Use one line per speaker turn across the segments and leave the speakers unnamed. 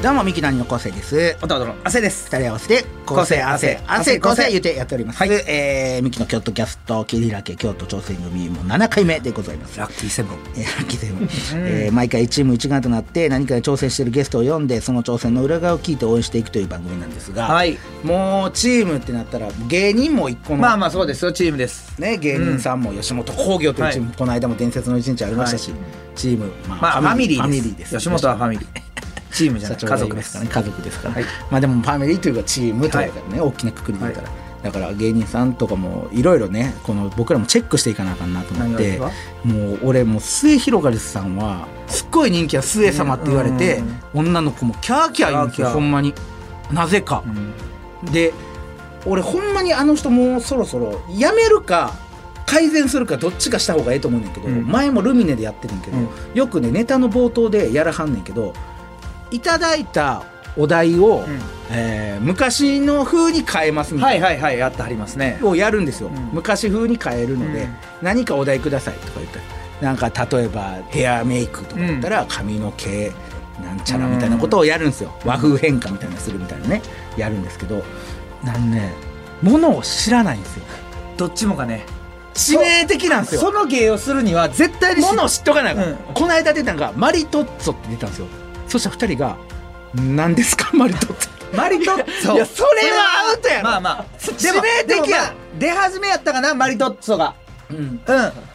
どうもミキナニの昴生です
弟の汗です。
二人合わせて構成汗汗
汗
構
構成
成言ってやっております、
はい
えー、ミキの京都キャスト切り開け京都挑戦組もう7回目でございます
ラッキーセブン。
えーラッキーでもえー毎回チーム一丸となって何かに挑戦しているゲストを読んでその挑戦の裏側を聞いて応援していくという番組なんですが、
はい
もうチームってなったら芸人も一個の、
まあまあそうですよ、チームです。
ね、芸人さんも吉本興業というチーム、
は
この間も伝説の一日ありましたし、
はい
チーム、ま
まあファミリーです。吉本はファ
リー
ミ リー。チームじゃな
社
い、
長
家
が言いま
族ですす
からね。家族ですから、
はい
まあでもファミリーというかチームというかね、大きなくくりだから、だから芸人さんとかもいろいろねこの僕らもチェックしていかなあかんなと思って
何がで
もう俺もう末広がりさんはすっごい人気は末様って言われて、女の子もキャーキャー言うんですよ
キャーキャー
ほんまになぜか
う、ん
で俺ほんまにあの人もうそろそろやめるか改善するかどっちかした方がええと思うねんけど、
うん
前もルミネでやってるんけど、
うん
よくねネタの冒頭でやらはんねんけどいただいたお題を、
ん
えー昔の風に変えますみたいな、
はいはいはい、やってはりますね。
をやるんですよ、
ん
昔風に変えるので、
うん
何かお題くださいとか言ったらなんか例えばヘアメイクとかだったら髪の毛なんちゃらみたいなことをやるんですよ、和風変化みたいなのするみたいなねやるんですけどなんねものを知らないんですよ
どっちもがね。
致命的なんですよ
その芸をするには絶対に
ものを知っとかないから、
うん
この間出たのがマリトッツォって出たんですよそしたら2人が「何ですかマリトッツォ」
マリトッツォ。
いやそれはアウトやろ
まあまあ。
致命的やん
でもまあ出始めやったかな、マリトッツォが。
うん
うん。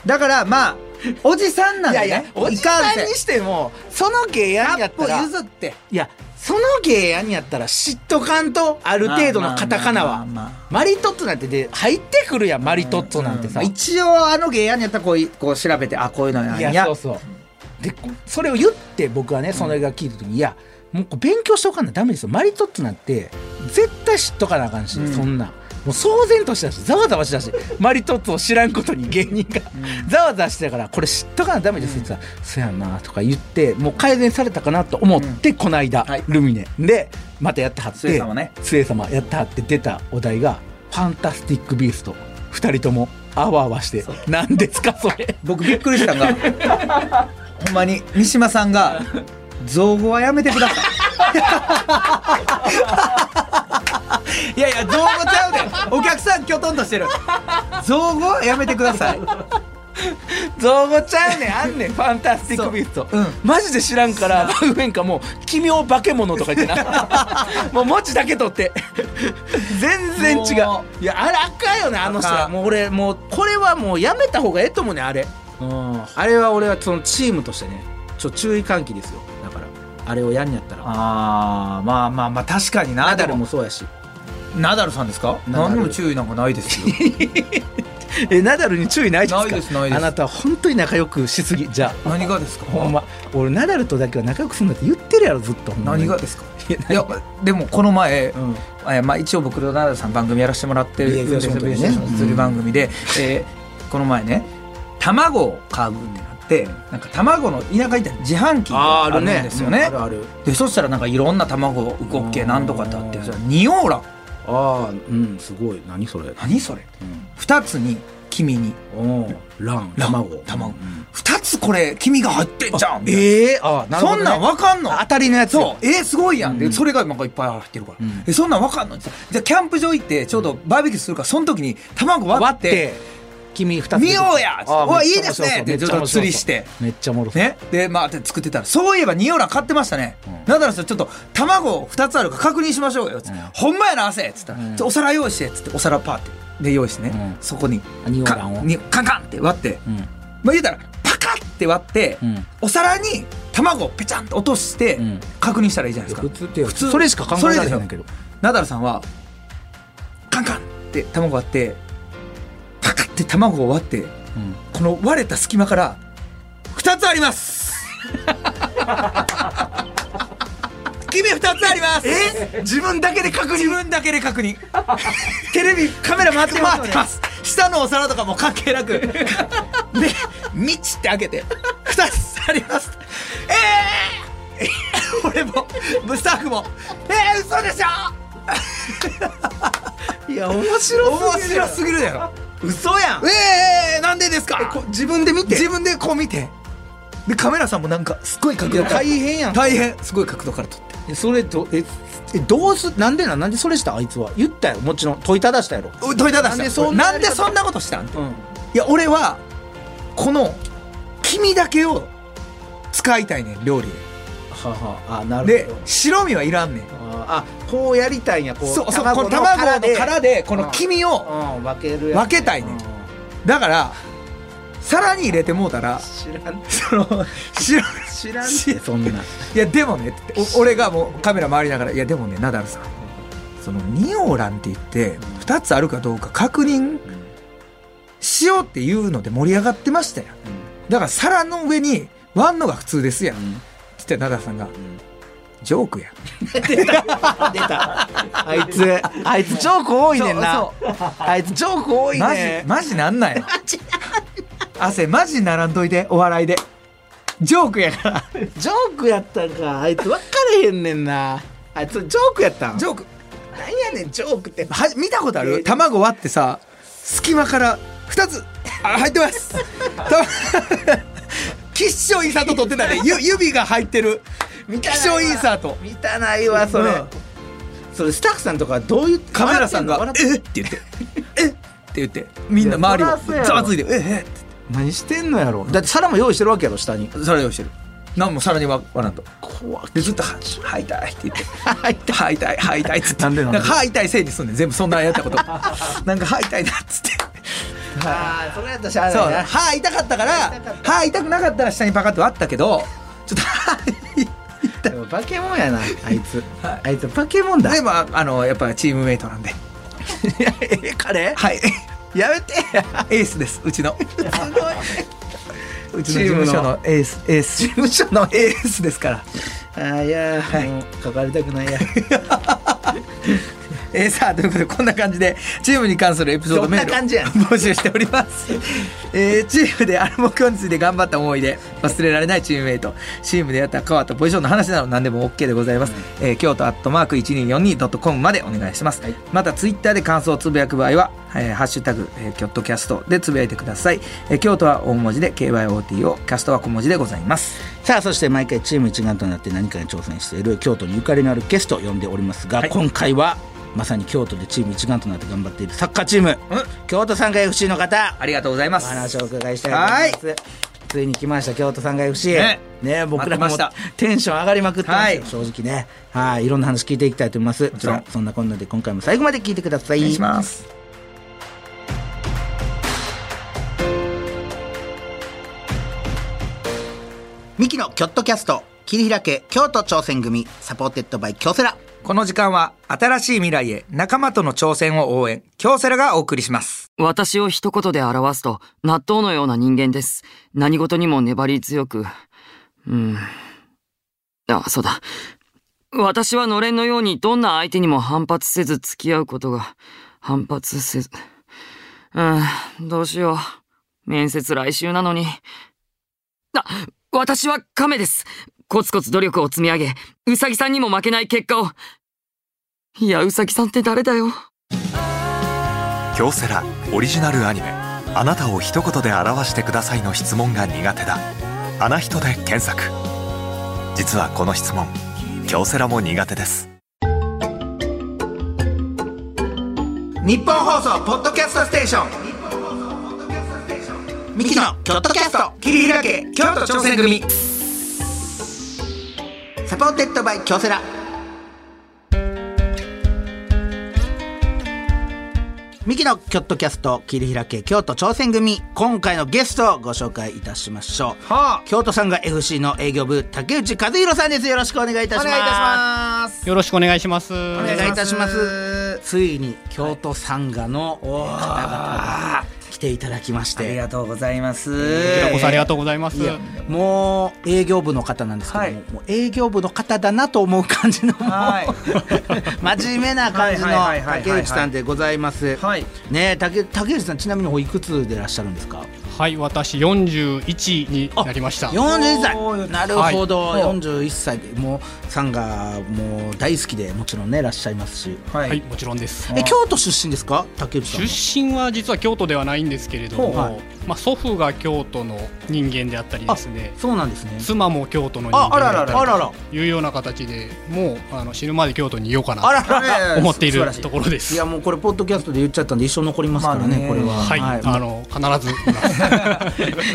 だからまあ、おじさんなん
い
で
や
ね。
いやおじ
い
さん
か
にしてもその芸やんやった
せ
ら
一歩譲って。
いや、その芸やにやったら嫉妬感とある程度のカタカナ
まあまあまあまあ
は。マリトッツォなんてで入ってくるやん、マリトッツォなんてさ。
う
い
一応あの芸やんやったらこういこう調べてあこういうのやんや
や、そうそう。で、こそれを言って僕はね、それが聞いた時に、いや、もうこう勉強しておかんないダメですよ。マリトッツォなんて絶対知っとかなあかんし、
うん
そんな。もう騒然としたし、ざわざわしたし、 マリトッツォを知らんことに芸人がざわざわしてたから、これ知っとかなダメですよ。って言ったら、そやなとか言って、もう改善されたかなと思って、この間、
はい
ルミネで、またやってはって。
末様ね
末様やったって出たお題が「ファンタスティック・ビースト」二人ともあわあわして「何ですかそれ
僕びっくりしたん がほんまに三島さんが「造語はやめて ください」いやいや造語ちゃうでお客さんきょとんとしてる造語はやめてください
造語ちゃうねんあ んねんファンタスティック・ビースト」
そううん
マジで知らんから番組かもう「奇妙化け物」とか言って なもう文字だけ取って全然違う
も
いやあれあかんよねあの人
あ
は
かん
もう俺もうこれはもうやめた方がええと思うねんあれうんあれは俺はそのチームとしてねちょ注意喚起ですよだからあれをやんやったら
あーまあまあまあ確かにな
ナダ
で
ル
も
もそうやし
ナダルさんですか
ナダル
何も注意なんかないです よ
えナダルに注意ないですか
ないですないです
あなたは本当に仲良くしすぎじゃあ
何がですか
ほんま俺ナダルとだけは仲良くするんだって言ってるやろずっとほんまに
何がですか
いや
いやでもこの前、
ん
えまあ、一応僕と奈良さん番組やらせてもらってる
ビジネスの時ね
ビジネスの釣り番組で、えーこの前ね卵を買うってなってなんか卵の田舎行ったら自販機があるんですよね
あるある
でそしたらなんかいろんな卵をうこっけなんとかってあってそれニオーラ
ああうんすごい何それ
何それ2つに黄身に
おーラン卵
卵、
うん
2つこれ黄身が入ってんじゃんみたいな
ええあーなるほ
そ
どね
んなんわかんの
当たりのやつ
そう
よ
えー、すごいやん、
う
で
ん
それがなんかいっぱい入ってるか
う
ら、
ん
えそんなんわかんのって言ったらじゃあキャンプ場行ってちょうどバーベキューするからその時に卵割
割
っ
ってて君二つ
見ようや
あー
おい
めっちゃ
いいですね
面白そうめっちゃ面白そう
って釣りして
めっちゃおもろそう
ねでまあで作ってたらそういえばニオラ買ってましたね、
ん
なんだろさんちょっと卵2つあるか確認しましょうよ、つって
うん
ほんまやな汗っつったら、
うん
ちょお皿用意してっつってお皿パーってで用意してね、
うん
そこに
あニオラを
かにカンカンって割って、
うん
まあ言うたらパカッて割って、
うん
お皿に卵をペチャンと落として
うん
確認したらいいじゃないですか、
普通ってそれしか考えられへんねんけど
それでしょナダルさんはカンカンって卵割ってパカッて卵を割って
うん
この割れた隙間から2つあります君2つありますえ自分だけで確認自分だけで確認テレビカメラ回ってます下のお皿とかも関係なくで「みち」って開けて「2つあります」ええー、俺もスタッフも「えー、嘘でしょ! 」いや面白すぎる面白すぎるだよ
嘘やん
ええー、なんでですか
自分で見て
自分でこう見てでカメラさんもなんかすごい角度から
大変やん
大変すごい角度から撮って
それどええどうすなんでなんなんでそれしたあいつは言ったよもちろん問いただしたやろ
問いただした
なん
でそんなことしたん、うん、いや俺はこの君だけを使いたいねん料理で
ははあな
で白身はいらんねん
あこうやりたいんやこう
そうそうこの卵の殻でこの黄身を
分ける
分けたいねんだから皿に入れてもうたら
知らん
その知らん
知らんってそんない
やでもね俺がもうカメラ回りながら「いやでもねナダルさんそのニオランって言って2つあるかどうか確認しようっていうので盛り上がってましたよ、うん、だから皿の上に割んのが普通ですやん」うん、つってナダルさんが「ジョークや」
出た出たあいつあいつジョーク多いねんなあいつジョーク多いね
マジマジなんなんや汗マジ並んどいてお笑いでジョークやから
ジョークやったんかあいつ分かれへんねんなあいつジョークやったん
ジョーク
なんやねんジョークって
は見たことある卵割ってさ隙間から2つあ入ってます キッショインサート取ってたね指が入ってるキッショインサート
見たないわそれ、うん、それスタッフさんとかどういう
カメラさんが「えっ!」って言って「えっ!」って言ってみんな周りをざわついて「えっ!」って
何してんのやろだって皿も用意してるわけやろ下に
皿用意してる何も皿にわらんと
怖
でずっと「はいたい」って言って「
はいたい
はいたいはいたい」っつって
なんでなん
か「はいたい」せいにすんねん全部そんなやったこと なんか「はいたい」だっつって
ああそれやったらしゃあないな
歯痛かったから歯痛くなかったら下にパカッと割ったけど ちょっと歯
痛いバケモンやなあいつ、はい、あいつバケモンだ
でもあのやっぱチームメイトなんで
え彼
はい
やめて
エースですうちの
す
ごいうちの事務所のエースエース
事務所の
エースですから
あいやはい、もう関わりたくないや
えー、さあということでこんな感じでチームに関するエピソードメールを募集しております、えー、チームでアルモクについて頑張った思い出忘れられないチームメイトチームでやった川とポジションの話など何でも OK でございます、うん、えー、京都アットマーク 1242.com までお願いします、はい、またツイッターで感想をつぶやく場合は「えー、ハッシュタグ、えー、キョットキャスト」でつぶやいてください、えー、京都は大文字で KYOT をキャストは小文字でございます
さあそして毎回チーム一丸となって何かに挑戦している京都にゆかりのあるゲストを呼んでおりますが、はい、今回はまさに京都でチーム一丸となって頑張っているサッカーチーム、うん、京都産科 FC の方
ありがとうございます
お話をお伺いしたいと思いますついに来ました京都産科 FC ねね僕らもテンション上がりまくってますよ、はい、正直ねはいいろんな話聞いていきたいと思いますもちろんそんなこんなで今回も最後まで聞いてください
お願いします
ミキのキョットキャスト切り開け京都挑戦組サポーテッドバイ京セラ
この時間は新しい未来へ仲間との挑戦を応援京セラがお送りします
私を一言で表すと納豆のような人間です何事にも粘り強くうんあそうだ私はのれんのようにどんな相手にも反発せず付き合うことが反発せずうんどうしよう面接来週なのにあ私は亀です。コツコツ努力を積み上げ、うさぎさんにも負けない結果を。いや、うさぎさんって誰だよ。
京セラオリジナルアニメ「あなたを一言で表してください」の質問が苦手だ「あな人」で検索実はこの質問京セラも苦手です
日本放送ポッドキャストステーションミキのキョットキャスト切り開け京都挑戦組サポーテッドバイ京セラミキのキョットキャスト切り開け京都挑戦組今回のゲストをご紹介いたしましょう、はあ、京都さんが FC の営業部竹内和弘さんですよろしくお願いいたします
よろしくお願いします
お願いいたしますついに京都サンガの方々がていただきまし
あり
て
がとうございます。
平子さんありがとうございます
いやもう営業部の方なんですけども,、
はい
もう営業部の方だなと思う感じの、もう
はい
真面目な感じの
はいはいはいはいはい
竹内さんでございます。
はい。
ねえ竹竹内さんちなみにおいくつでいらっしゃるんですか
はい私41になりました
41
おー
歳なるほど、
はい
41歳でもうさんがもう大好きでもちろんねいらっしゃいますし
は
はい。もちろんです
え京都出身ですか竹内さん
出
は
身は実は京都ではないんですけれども、
ほうはい
まあ、祖父が京都の人間であったりですね
そうなんですね
妻も京都の人
ああ
間
らら
だっ
らあ
たり
らら
というような形でもうあの死ぬまで京都にいようかな
あら
と
らら
思ってい
素晴ら
る
しい
ところで
い
す。
やもうこれポッドキャストで言っちゃったんで一生残りますから
ま
ね,、
あね
これは
はい、あの必ずいます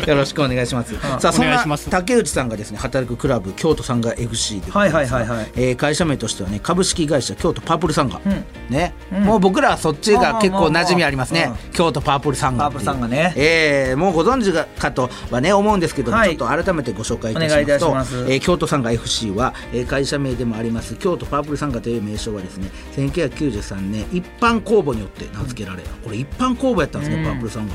よろしくお願いします。さあ、そん
お願
ない
します
竹内さんがですね、働くクラブ京都さんが FC で、
はいはいはいはい。
えー会社名としてはね、株式会社京都パープルさんが、
うん
ね、
うん
もう僕らはそっちが結構馴染みありますね。
まあまあまあ
京都パープルさんが。
パープルさんがね
えーもうご存知がかとはね思うんですけども、
はい
ちょっと改めてご紹介いた
お願いいた
し
し
ま
ますす
と、えー京都さんが FC は、えー会社名でもあります京都パープルさんがという名称はですね、1993年一般公募によって名付けられた。これ一般公募やったんですね、パープルさんが。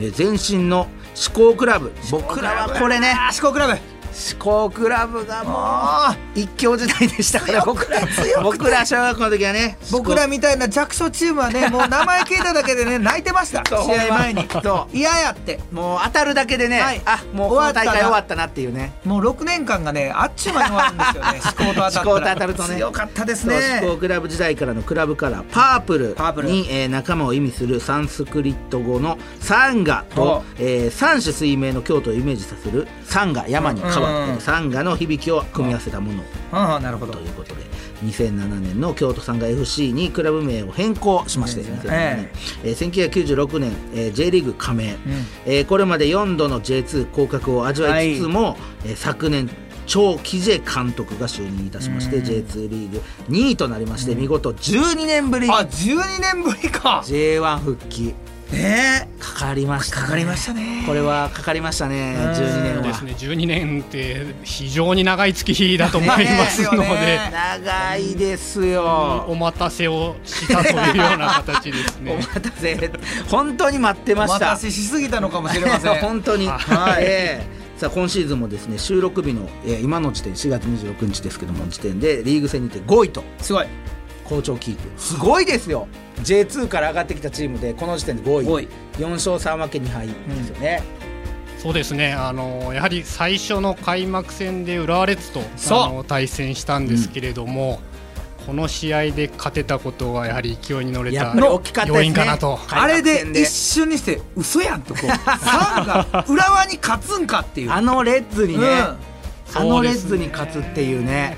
えー前身の思考クラブ僕らはこれね
あ、四国クラブ。
思考クラブがもう一強時代でしたから僕ら僕ら小学校の時はね
僕らみたいな弱小チームは ね、もう名前聞いただけでね、泣いてました。
そう
試合前に。
そ
嫌やって。
もう当たるだけでね、
はい
あもうこ
終わ
の
った
大
な
会終わったなっていうね
もう六年間がね、あっちゅう間に終わるんです よね。思考と当たったら。
思考と当たるとね
強かったです
そう
ね。
思考クラブ時代からのクラブカラーパープル
パープル
に、えー仲間を意味するサンスクリット語のサンガと
お、
えー三種水明の京都をイメージさせるサンガ山に
うん
川、
うん
サンガの響きを組み合わせたもの
ああ、なるほど
と。いうことで2007年の京都産が FC にクラブ名を変更しまして、
え
2007年
え
えー1996年、えー J リーグ加盟、えーこれまで4度の J2 降格を味わいつつも、えー昨年長期ジェ監督が就任いたしまして、J2 リーグ2位となりまして、見事12年ぶりに
あ、十二年ぶりか。
J1 復帰
ねえ。
かかりました、ね、
かかりましたね
これはかかりましたね
うん
12年
そうで
は
す。ね12年って非常に長い月日だと思いますので、
ねえ
長いですよ、
お待たせをしたというような形です
お
ね。
待たせ本当に待ってま
お
した
待たせしすぎたのかもしれま せん。
本当に、は
はいい
えーさあ今シーズンもですね収録日の、えー今の時点4月26日ですけども時点でリーグ戦にて5位と
すごい。
好調キープすごいですよ J2 から上がってきたチームでこの時点で5位
5位
4勝3分け2敗ですよね、
そうですねあのやはり最初の開幕戦で浦和レッズと
そう
あの対戦したんですけれども、この試合で勝てたことはやはり勢いに乗れ
やったぱり大きかったですね
要因かなと。
あれ
開幕
で
戦
一瞬にして嘘やんとこうサンが浦和に勝つんかっていう
あのレッズにね、
うん
あのレッズに勝つっていうね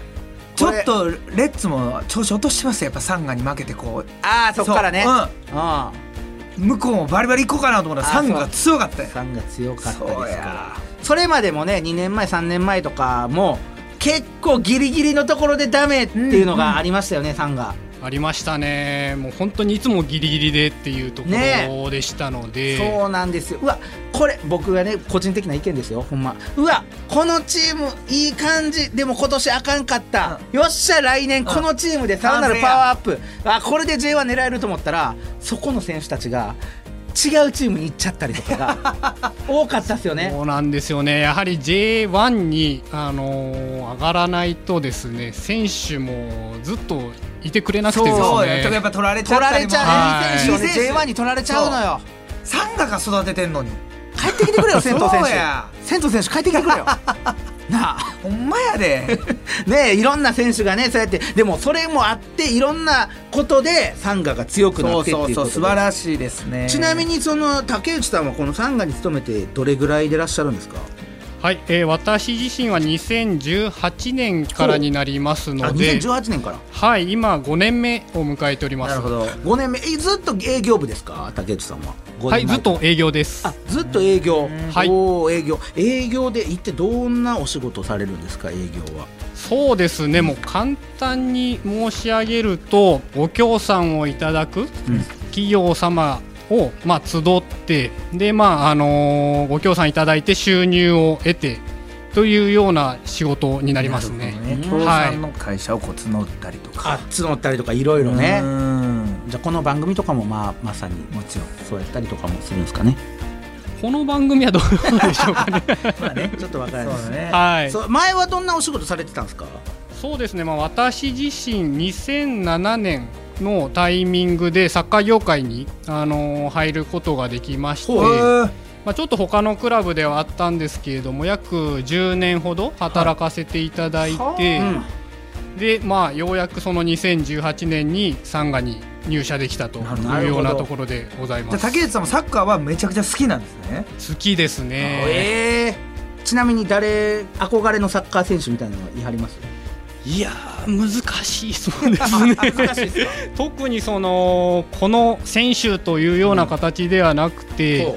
ちょっとレッツも調子落としてますよやっぱサンガに負けてこ
ああそっからね
そう
うん、あ
う向こうもバリバリ行こうかなと思ったら
あ
サンガが強かったよ
さんが強かったです
そう
から
や
それまでもね2年前3年前とかも結構ギリギリのところでダメっていうのがありましたよね、さんが
ありましたねもう本当にいつもギリギリでっていうところでしたので、
そうなんですようわこれ僕がね個人的な意見ですよほんまうわこのチームいい感じでも今年あかんかった、よっしゃ来年このチームでさらなるパワーアップ、あこれで J1 狙えると思ったらそこの選手たちが違うチームに行っちゃったりとかが 多かったですよね
そうなんですよね、やはり J1 に、あのー上がらないと、ですね選手もずっといてくれなくてです
そうややっ
ね、
ぱ取られちゃ
取
っ
ら
た
れ
りも
ちゃう、
はい
いい選手をね J1 に取られちゃうのよ
サンガが育ててんのに
帰ってきてくれ よ仙藤選手
そうや
仙藤選手帰ってきてくれ よなあ
ほんまやで
ねえいろんな選手がねそうやってでもそれもあっていろんなことでサンガが強くな
そ
っ
う
てっていう
そ
こと
う
で
そう素晴らしいですね
ちなみにその竹内さんはこのサンガに勤めてどれぐらいでいらっしゃるんですか
はいえー私自身は2018年からになります
あ
ので、
2018年から
はい、今、5年目を迎えております。
なるほど
5年目えずっと営業部ですか竹内さんは5
は
年
い、
前
ずっと営業です
あ。ずっと営業
はい
おー営業営業で一体どんなお仕事をされるんですか営業は
そうですね、もう簡単に申し上げると、ご協賛をいただく企業様を、まあ、集って、で、まあ、あのーご協賛いただいて収入を得て、というような仕事になりますね。
なるほどね協賛の会社をこう募ったりとか
あ募ったりとかいろいろね
うん
じゃあこの番組とかもまあまさにもちろんそうやったりとかもするんですかね。
この番組はどうでしょうかね
まあねちょっとわからないですね。
はい
そう前はどんなお仕事されてたんですか。
そうですね、まあ、私自身2007年のタイミングでサッカー業界に、あのー入ることができまして、
ほう
まあ、ちょっと他のクラブではあったんですけれども約10年ほど働かせていただいて、でまあ、ようやくその2018年にサンガに入社できたと
なるほど
いうようなところでござい
じゃ
ま
あ
す
竹内さんもサッカーはめちゃくちゃ好きなんですね
好きですね、
ええちなみに誰憧れのサッカー選手みたいなのは言い張ります。
いやー難しいそうですね
難しいですか。
特にそのこの選手というような形ではなくて、
そう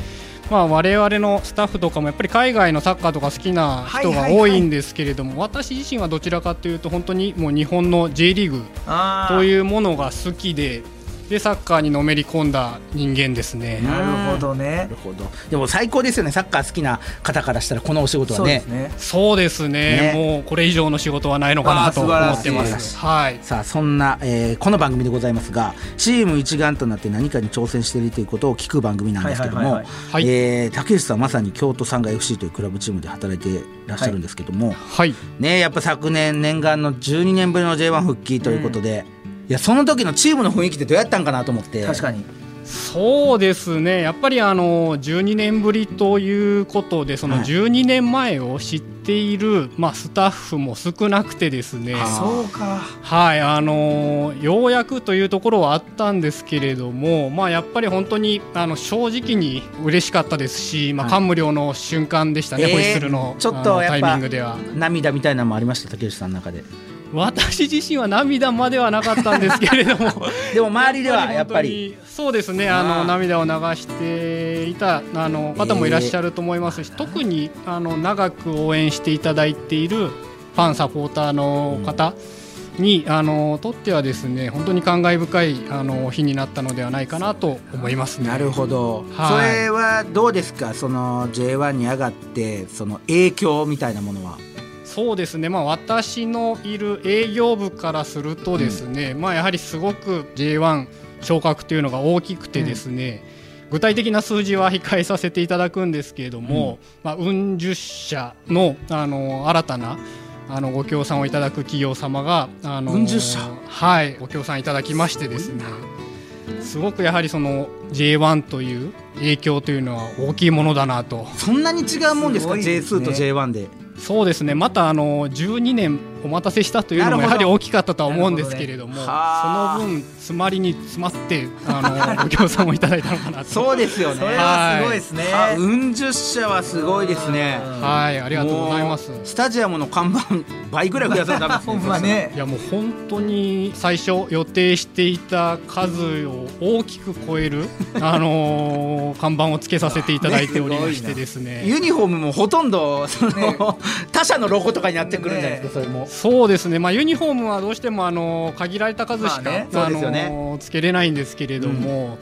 まあ、我々のスタッフとかもやっぱり海外のサッカーとか好きな人が多いんですけれども、私自身はどちらかというと本当にもう日本の J リーグ
あ
と
う
いうものが好きででサッカーにのめり込んだ人間ですね。
ん
なるほど
な
ね
るほど。でも最高ですよねサッカー好きな方からしたらこのお仕事
そ
は
うで
ね
す。ね
そうです
ね
ねもうこれ以上の仕事はないのかなと思
あー
っ
素
て
晴ら
ま
しい
す。はい、
さあそんな、えーこの番組でございますがチーム一丸となって何かに挑戦しているということを聞く番組なんですけど
はい
も
はいはい
はいはい
えー竹内さんはまさに京都サンガ FC というクラブチームで働いていらっしゃるんですけども、
はい、
ねやっぱ昨年念願の12年ぶりの J1 復帰ということで、いやその時のチームの雰囲気ってどうやったんかなと思って
確かに
そうですねやっぱりあの12年ぶりということでその
はい
12年前を知っている、まあ、スタッフも少なくてですね
あー
そうか
はいあのーようやくというところはあったんですけれども、まあ、やっぱり本当にあの正直に嬉しかったですし、まあ、
はい
感無量の瞬間でしたね、
えー
ホイッスルの
ちょっと
あの
や
タ
っ
イミ
ぱ
ングでは
涙みたいなのもありました竹内さんの中で
私自身は涙まではなかったんですけれ ども
でも周りではやっぱり
本当にそうですねあ
あ
の
ー
涙を流していたあの方もいらっしゃると思いますし、特にあの長く応援していただいているファンサポーターの方に、あのとってはですね本当に感慨深いあの日になったのではないかなと思いますね。
なるほど、
はい
それはどうですかその J1 に上がってその影響みたいなものは
そうですね、まあ、私のいる営業部からするとですね、まあ、やはりすごく J1 昇格というのが大きくてですね、具体的な数字は控えさせていただくんですけれども、まあ、運10社のあの新たなあのご協賛をいただく企業様があの
運10社
はいご協賛いただきましてですねすごくやはりその J1 という影響というのは大きいものだなと
そんなに違うもんですか
すごいですね
J2 と J1 で
そうですねまたあの12年お待たせしたという
な
のも
る
や
ほ
は
ど
り大きかったとは思うんですけれども
なるほ
そ
ど
の
ね
分詰まりに詰まってあ のご協賛をいただいたのかなと
そうですよね
そ れはすごいですね
あうん十社はすごいですね
はいあ
あ
りがとうございます
スタジアムの看板倍ぐらい増やされたんです
ほんまね
いやもう本当に最初予定していた数を大きく超えるあのー看板をつけさせていただいておりましてですね
ユニフォームもほとんどその、
ね
他社のロゴとかになってくるんじゃないですか、それも
そうですね、まあ、ユニフォームはどうしてもあの限られた数しか、
まあね
そうですよね
あのつけれないんですけれども、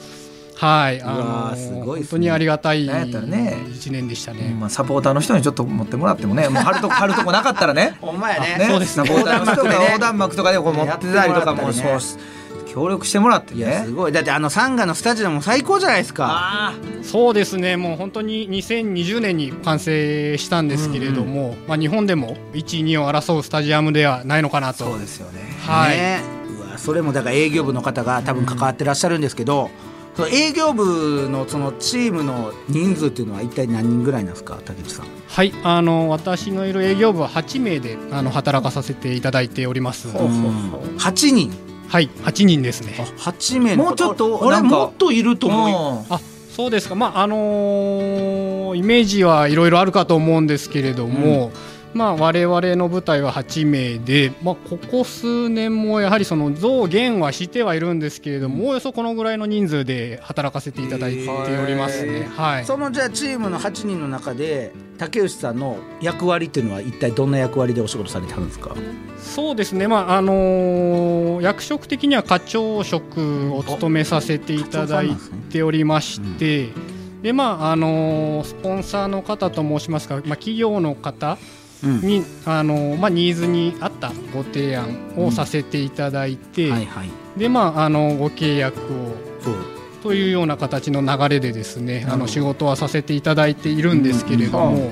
はいあ
うわー
の
すごいっすね
本当にありがたい
なんやったらね
一年でしたね。
まあ、サポーターの人にちょっと持ってもらってもねもう貼るとこ貼るとこなかったらね
ほんまやね
ね
そうです
サポーターの人が横
横
断幕とかでこう持ってたりとかも
やっても
そ
ら
う
った
協力してもらって
いや
ね
すごいだってあのサンガのスタジアムも最高じゃないですか
あ
そうですねもう本当に2020年に完成したんですけれども、まあ、日本でも1位2位を争うスタジアムではないのかな
あ
と。
そうですよね
はい、
ねうわそれもだから営業部の方が多分関わってらっしゃるんですけど、その営業部のそのチームの人数っていうのは一体何人ぐらいなんですか竹内さん
はい、あの私のいる営業部は8名であの働かさせていただいております。
ほうほうほう
八人
はい、8人ですね。
八名の方
もうちょっと
あれ
なんか
もっといると思い
うん
あそうですか、まああのーイメージはいろいろあるかと思うんですけれども、まあ、我々の舞台は8名で、まあ、ここ数年もやはりその増減はしてはいるんですけれども、おおよそこのぐらいの人数で働かせていただいておりますね。はい
そのじゃあチームの8人の中で竹内さんの役割っていうのは一体どんな役割でお仕事されてはるんですか
そうですね、まああのー役職的には課長職を務めさせていただいておりまして、でまああのースポンサーの方と申しますか、まあ、企業の方
うん
に、あのまあ、ニーズに合ったご提案をさせていただいて、
はいはい
でまあ、あのご契約を
そう
というような形の流れでですね
るほ
あ
ど
の仕事はさせていただいているんですけれども、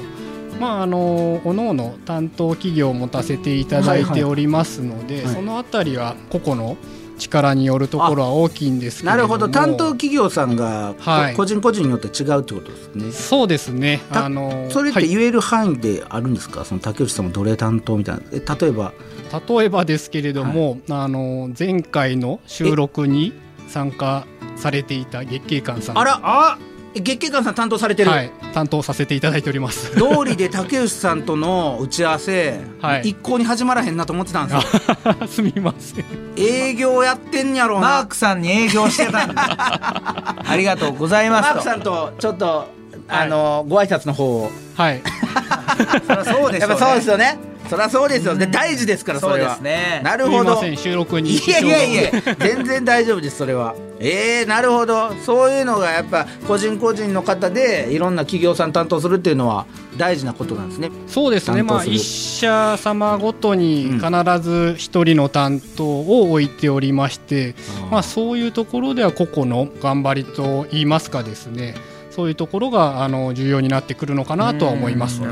まああの各々担当企業を持たせていただいておりますので、
いはい
そのあたりは個々の力によるところは大きいんですけれ
な
ども
るほど担当企業さんが、
はい
こ個人個人によって違うってことですね
そうですね
た
あの
それっ
は
て
い
言える範囲であるんですか、その竹内さんも奴隷担当みたいなえ例えば
例えばですけれども、あの前回の収録に参加されていた月経館さん
あらあ月経館さん担当されてる、
はい、担当させていただいております
道理で竹内さんとの打ち合わせ、
はい
一向に始まらへんなと思ってたん ですよ
すみません
営業やってんやろう
マー
な
クさんに営業してた んでありがとうござい
マ
ます
ー
と
クさんとちょっとあの、ご挨拶の方を
はい
そりゃそうでし
や
ょ
っ
う
ぱ
ね
そうですよねそりゃそうですよね大事ですからそ
そう
れ
で
は
すね
なる
すみ
ほ
ま
ど
せん収録に
いやいやいや全然大丈夫ですそれはえー、なるほどそういうのがやっぱ個人個人の方でいろんな企業さん担当するっていうのは大事なことなんですね
そうですね
担当
ますあ
る
一社様ごとに必ず一人の担当を置いておりまして、まあそういうところでは個々の頑張りと言いますかですねそういうところがあの重要になってくるのかなとは思いますね。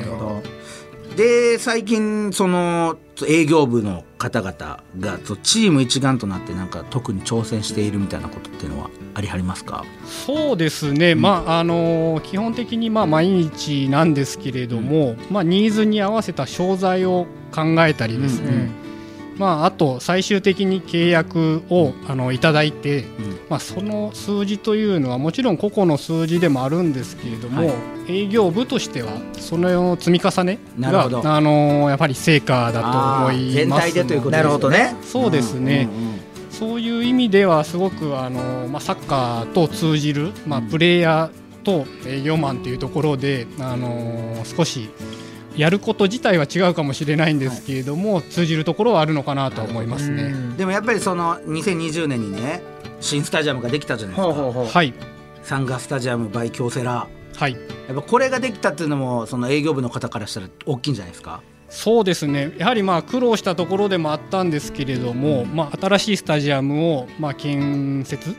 で最近その営業部の方々がそうチーム一丸となってなんか特に挑戦しているみたいなことっていうのはありはりますか
そうですね、まああの基本的にまあ毎日なんですけれども、まあ、ニーズに合わせた商材を考えたりですね、
うん
まあ、あと最終的に契約をあのいただいて、
ん
まあ、その数字というのはもちろん個々の数字でもあるんですけれども、営業部としてはその積み重ね
なる
が
ほど
あのやっぱり成果だと思
あー
い
全
ます
体でということ
なるほどね
そうですね、
うんうんうん
そういう意味ではすごくあの、まあ、サッカーと通じる、まあ、プレイヤーと営業マンというところで、あの少しやること自体は違うかもしれないんですけれども、通じるところはあるのかなとは思いますね。
でもやっぱりその2020年にね新スタジアムができたじゃないですか
はい、
サンガスタジアムバイ京セラ
はい
やっぱこれができたっていうのもその営業部の方からしたら大きいんじゃないですか
そうですねやはりまあ苦労したところでもあったんですけれども、まあ、新しいスタジアムをまあ建設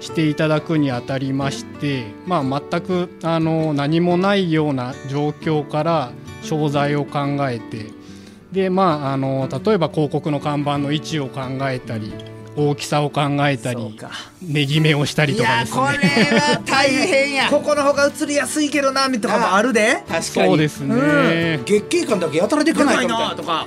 していただくにあたりまして、まあ、全くあの何もないような状況から商材を考えてで、まあ、あの例えば広告の看板の位置を考えたり大きさを考えたりねぎ目をしたり
い
とか
や
です
これ
ね。
は大変や
ここの方が映りやすいけどなみたいなのもある で
確かに
そうですね、
月経感だけやたらでかないかみたいな
とか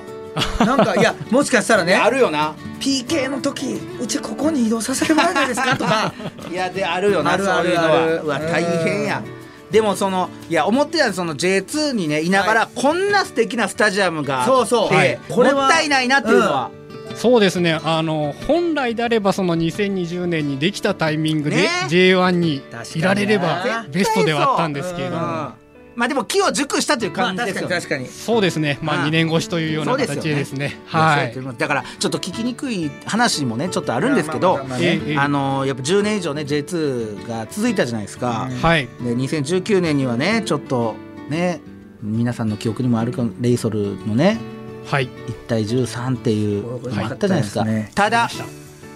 なんかいやもしかしたらね
あるよな
PK の時うちここに移動させてもらえないですかと か
いやであるよな
ある
そういう
ある
の
あ
は
る
うわ大変やでもそのいや思ってたよりその J2 にねいながら、こんな素敵なスタジアムがあって
そうそうはい
これはもったいないなっていうのは、
そうですねあの本来であればその2020年にできたタイミングで
ね
J1 に
確かに
いられれば
絶対
ベストではあったんですけれど
う
も、
んまあでも木を熟したという感じですよね、
かに
そうですねま
ああ
あ2年越しというよう
そ
な
う
形
で
ですす
よ
ね
は
はいい、
だからちょっと聞きにくい話もねちょっとあるんですけ
まあ
ど、
まあまあまあ
ええ
あのやっぱ10年以上ね J2 が続いたじゃないですか、
はい
で2019年にはねちょっとね皆さんの記憶にもあるかレイソルのね
はい
1対13っていう
こ
の
れ
が
も
あ
あ
っ
ったた
じ
じ
ゃ
ゃ
な
ないい
で
ですす
か
か
ただ、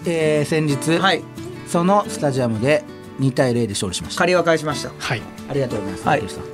えー先日、
はい
そのスタジアムで2対0で勝利しました
借りは返しました
はい
ありがとうございます、
はい
竹内さん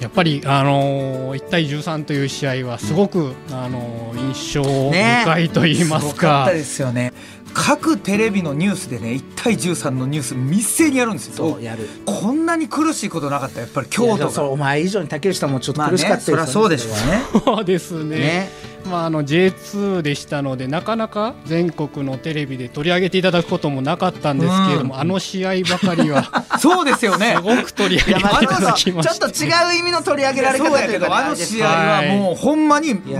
やっぱり、あのー、1対13という試合はすごく、あのー印象
ね
深いと言います
すごかっ
か
たですよね各テレビのニュースでね1対13のニュース密接にやるんですよ
そうやる
こんなに苦しいことなかったやっぱり京
いや
都
そう
が
お前以上に竹内さんもちょっと
まあ
苦
ね
しかった
そりゃそうでしょうね
そうですね
ね
まあ、あの J2 でしたのでなかなか全国のテレビで取り上げていただくこともなかったんですけれども、あの試合ばかりは
そうですよね
すごく取り
い
上
や
げてい
まあ
ただ
ち
き
ょっ
ま
と
した、
ちょっと違う意味の取り上げられ
そう
方
や
とい
け
うか
どあの試合はもうほんまにもうず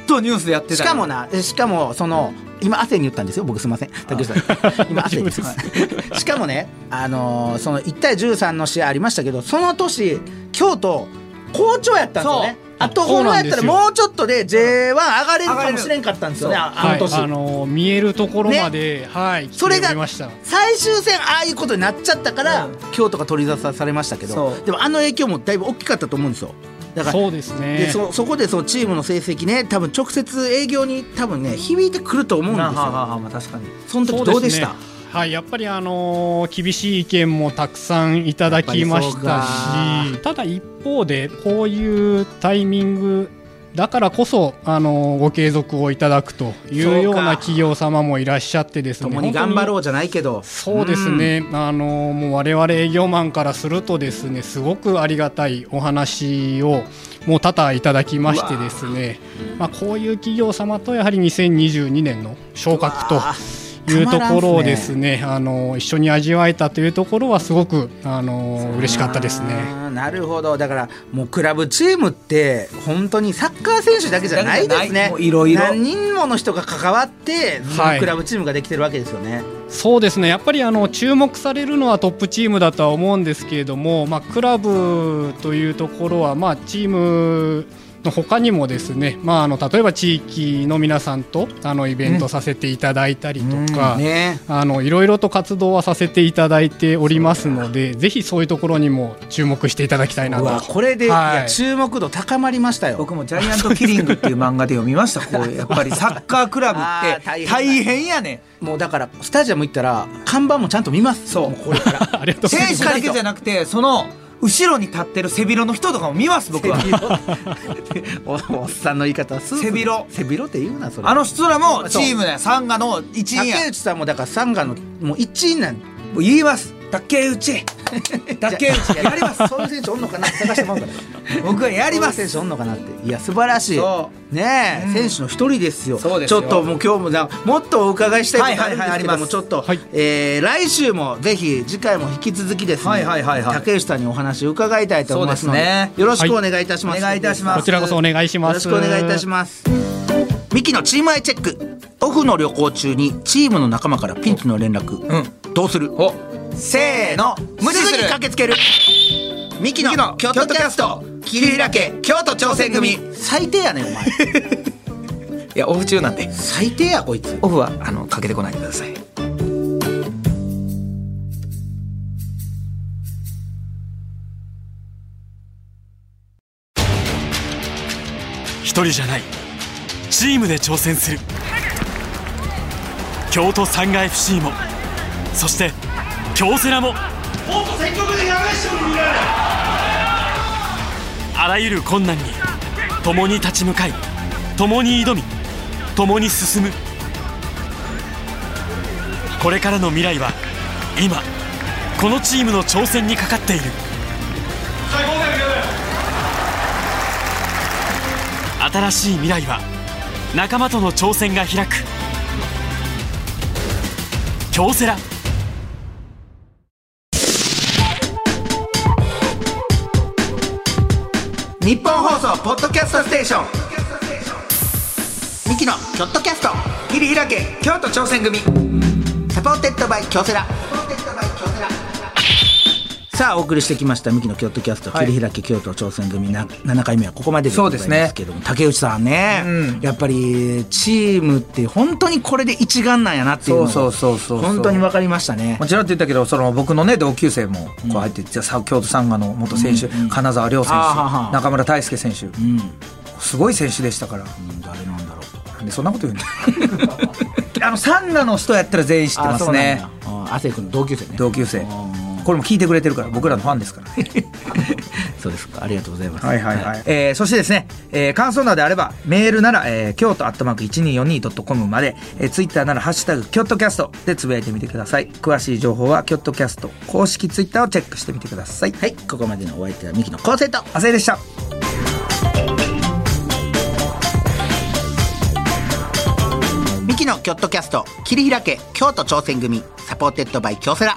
っとニュースでやってた
しかもなしかもその今汗に言ったんですよ僕すみません竹内さん今汗に言った
大
はいしかもねあのーその1対13の試合ありましたけどその年京都好調やったんですよね
そう
あと
そ
ほ
うん
ま
な
や
ん
っ
で
た
すよ
らもうちょっとで J1 上がれるかもしれんかったんですよね
上
ああの年、
はい、あの見えるところまで、はい
それが
来てみました
最終戦ああいうことになっちゃったから、
うん
京都が取り沙汰されましたけど
そう
でもあの影響もだいぶ大きかったと思うんですよだから
そうですね
でそそこでそのチームの成績ね多分直接営業に多分ね響いてくると思うんです
はあは
よ
あはあまあ確かに
その時どうでした
そうですねはい、やっぱりあのー厳しい意見もたくさんいただきまし
やったぱりそう
し、ただ一方でこういうタイミングだからこそあのーご継続をいただくというような企業様もいらっしゃってですね。
共に頑張ろ
う。
うじゃないけど
そうですね、あのーもう我々営業マンからするとですねすごくありがたいお話をもう多々いただきましてですね、まあ、こういう企業様とやはり2022年の昇格というところをですねあの一緒に味わえたというところはすごくあの嬉しかったですね。
あーなるほどだからもうクラブチームって本当にサッカー選手だけじゃないですね
もういろいろ
何人もの人が関わってそ
は
の
い
クラブチームができてるわけですよね、
そうですねやっぱりあの注目されるのはトップチームだとは思うんですけれども、まあ、クラブというところは、まあ、チームの他にもですね、まあ、あの例えば地域の皆さんとあのイベントさせていただいたりとか、
ね
あのいろいろと活動はさせていただいておりますのでぜひそういうところにも注目していただきたいな
うわ
と。
これで、
はい
いや注目度高まりましたよ
僕も「ジャイアントキリング」っていう漫画で読みましたこ うやっぱりサッカークラブっ
あ
て
ー大変だ
大変やねん
もうだからスタジアム行ったら看板もちゃんと見ますそうこれから
ありがとうございま
選
す
手だけじゃなくてその後ろに立ってる背広の人とかも見ます僕は
お おっさんの言い方はスーツ
背広
背広って言うなそれ
あの人らもチームだよサンガの一員や
竹内さんもだからサンガのもう一員なん
もう言います竹 内竹内
やりますそういう選手おんのかな探してもらうから
僕はやりま
そうい
す
う選手おんのかなっていや素晴らし
そ
いねえ、選手の一人ですよ
そうですよ
ちょっともう今日もなもっとお伺いしたいことあるんで
はいはいはいあ
す
り
けど
ま
も
す
ちょっと、
はい
えー来週もぜひ次回も引き続きですね、
はいはいはいはい
竹内さんにお話伺いたいと思いますので
そうですね
よろしくお願いいたします、
はいお願いいたします
こちらこそお願いします。
よろしくお願いいたしますミキのチームアイチェックオフの旅行中にチームの仲間からピンチの連絡、
う
どうする
せーの無
無
視
視
す
に
る
駆けつけるミキの京都キャスト桐平家
京都挑戦組
最低やねんお前
いやオフ中なんで
最低やこいつ
オフはあのかけてこないでください
一人じゃないチームで挑戦する京都サンガ FC もそして京セラもあらゆる困難に共に立ち向かい共に挑み共に進むこれからの未来は今このチームの挑戦にかかっている新しい未来は仲間との挑戦が開く京セラ
日本放送ポッドキャストステーションミキの京都キャスト
桐平家京都挑戦組
サポーテッドバイ京セラさあお送りしてきましたミキの京都キャスト
はい
桐平家京都挑戦組な7回目はここまでで
そ
ご
う
ざ
で
い
すね
ますけども、竹内さんね、
うん
やっぱりチームって本当にこれで一丸なんやなっていうのが
そうそうそうそうそう
本当に分かりましたね
もちろんって言ったけどその僕のね同級生もこう入って、じゃあさ京都サンガの元選手、金沢亮選手
あーはーはー
中村大輔選手、
うん、
すごい選手でしたから
うん誰なんだろう
なんでそんなこと言うんだ あのサンガの人やったら全員知ってますね
あそうなんだあ亜生君の同級生ね
同級生
ー
これも聞いてくれてるから僕らのファンですからね
そうですかありがとうございます
はいはいはい。えーそしてですね、えー感想などであれば、メールなら、えー京都アットマーク 1242.com まで、えー、ツイッターなら、ハッシュタグ、京都キャストでつぶやいてみてください。詳しい情報は、京都キャスト公式ツイッターをチェックしてみてください。
はいここまでのお相手はミキの昴生と
あせいでした。
ミキのキョットキャスト桐平家京都挑戦組サポーテッドバイ京セラ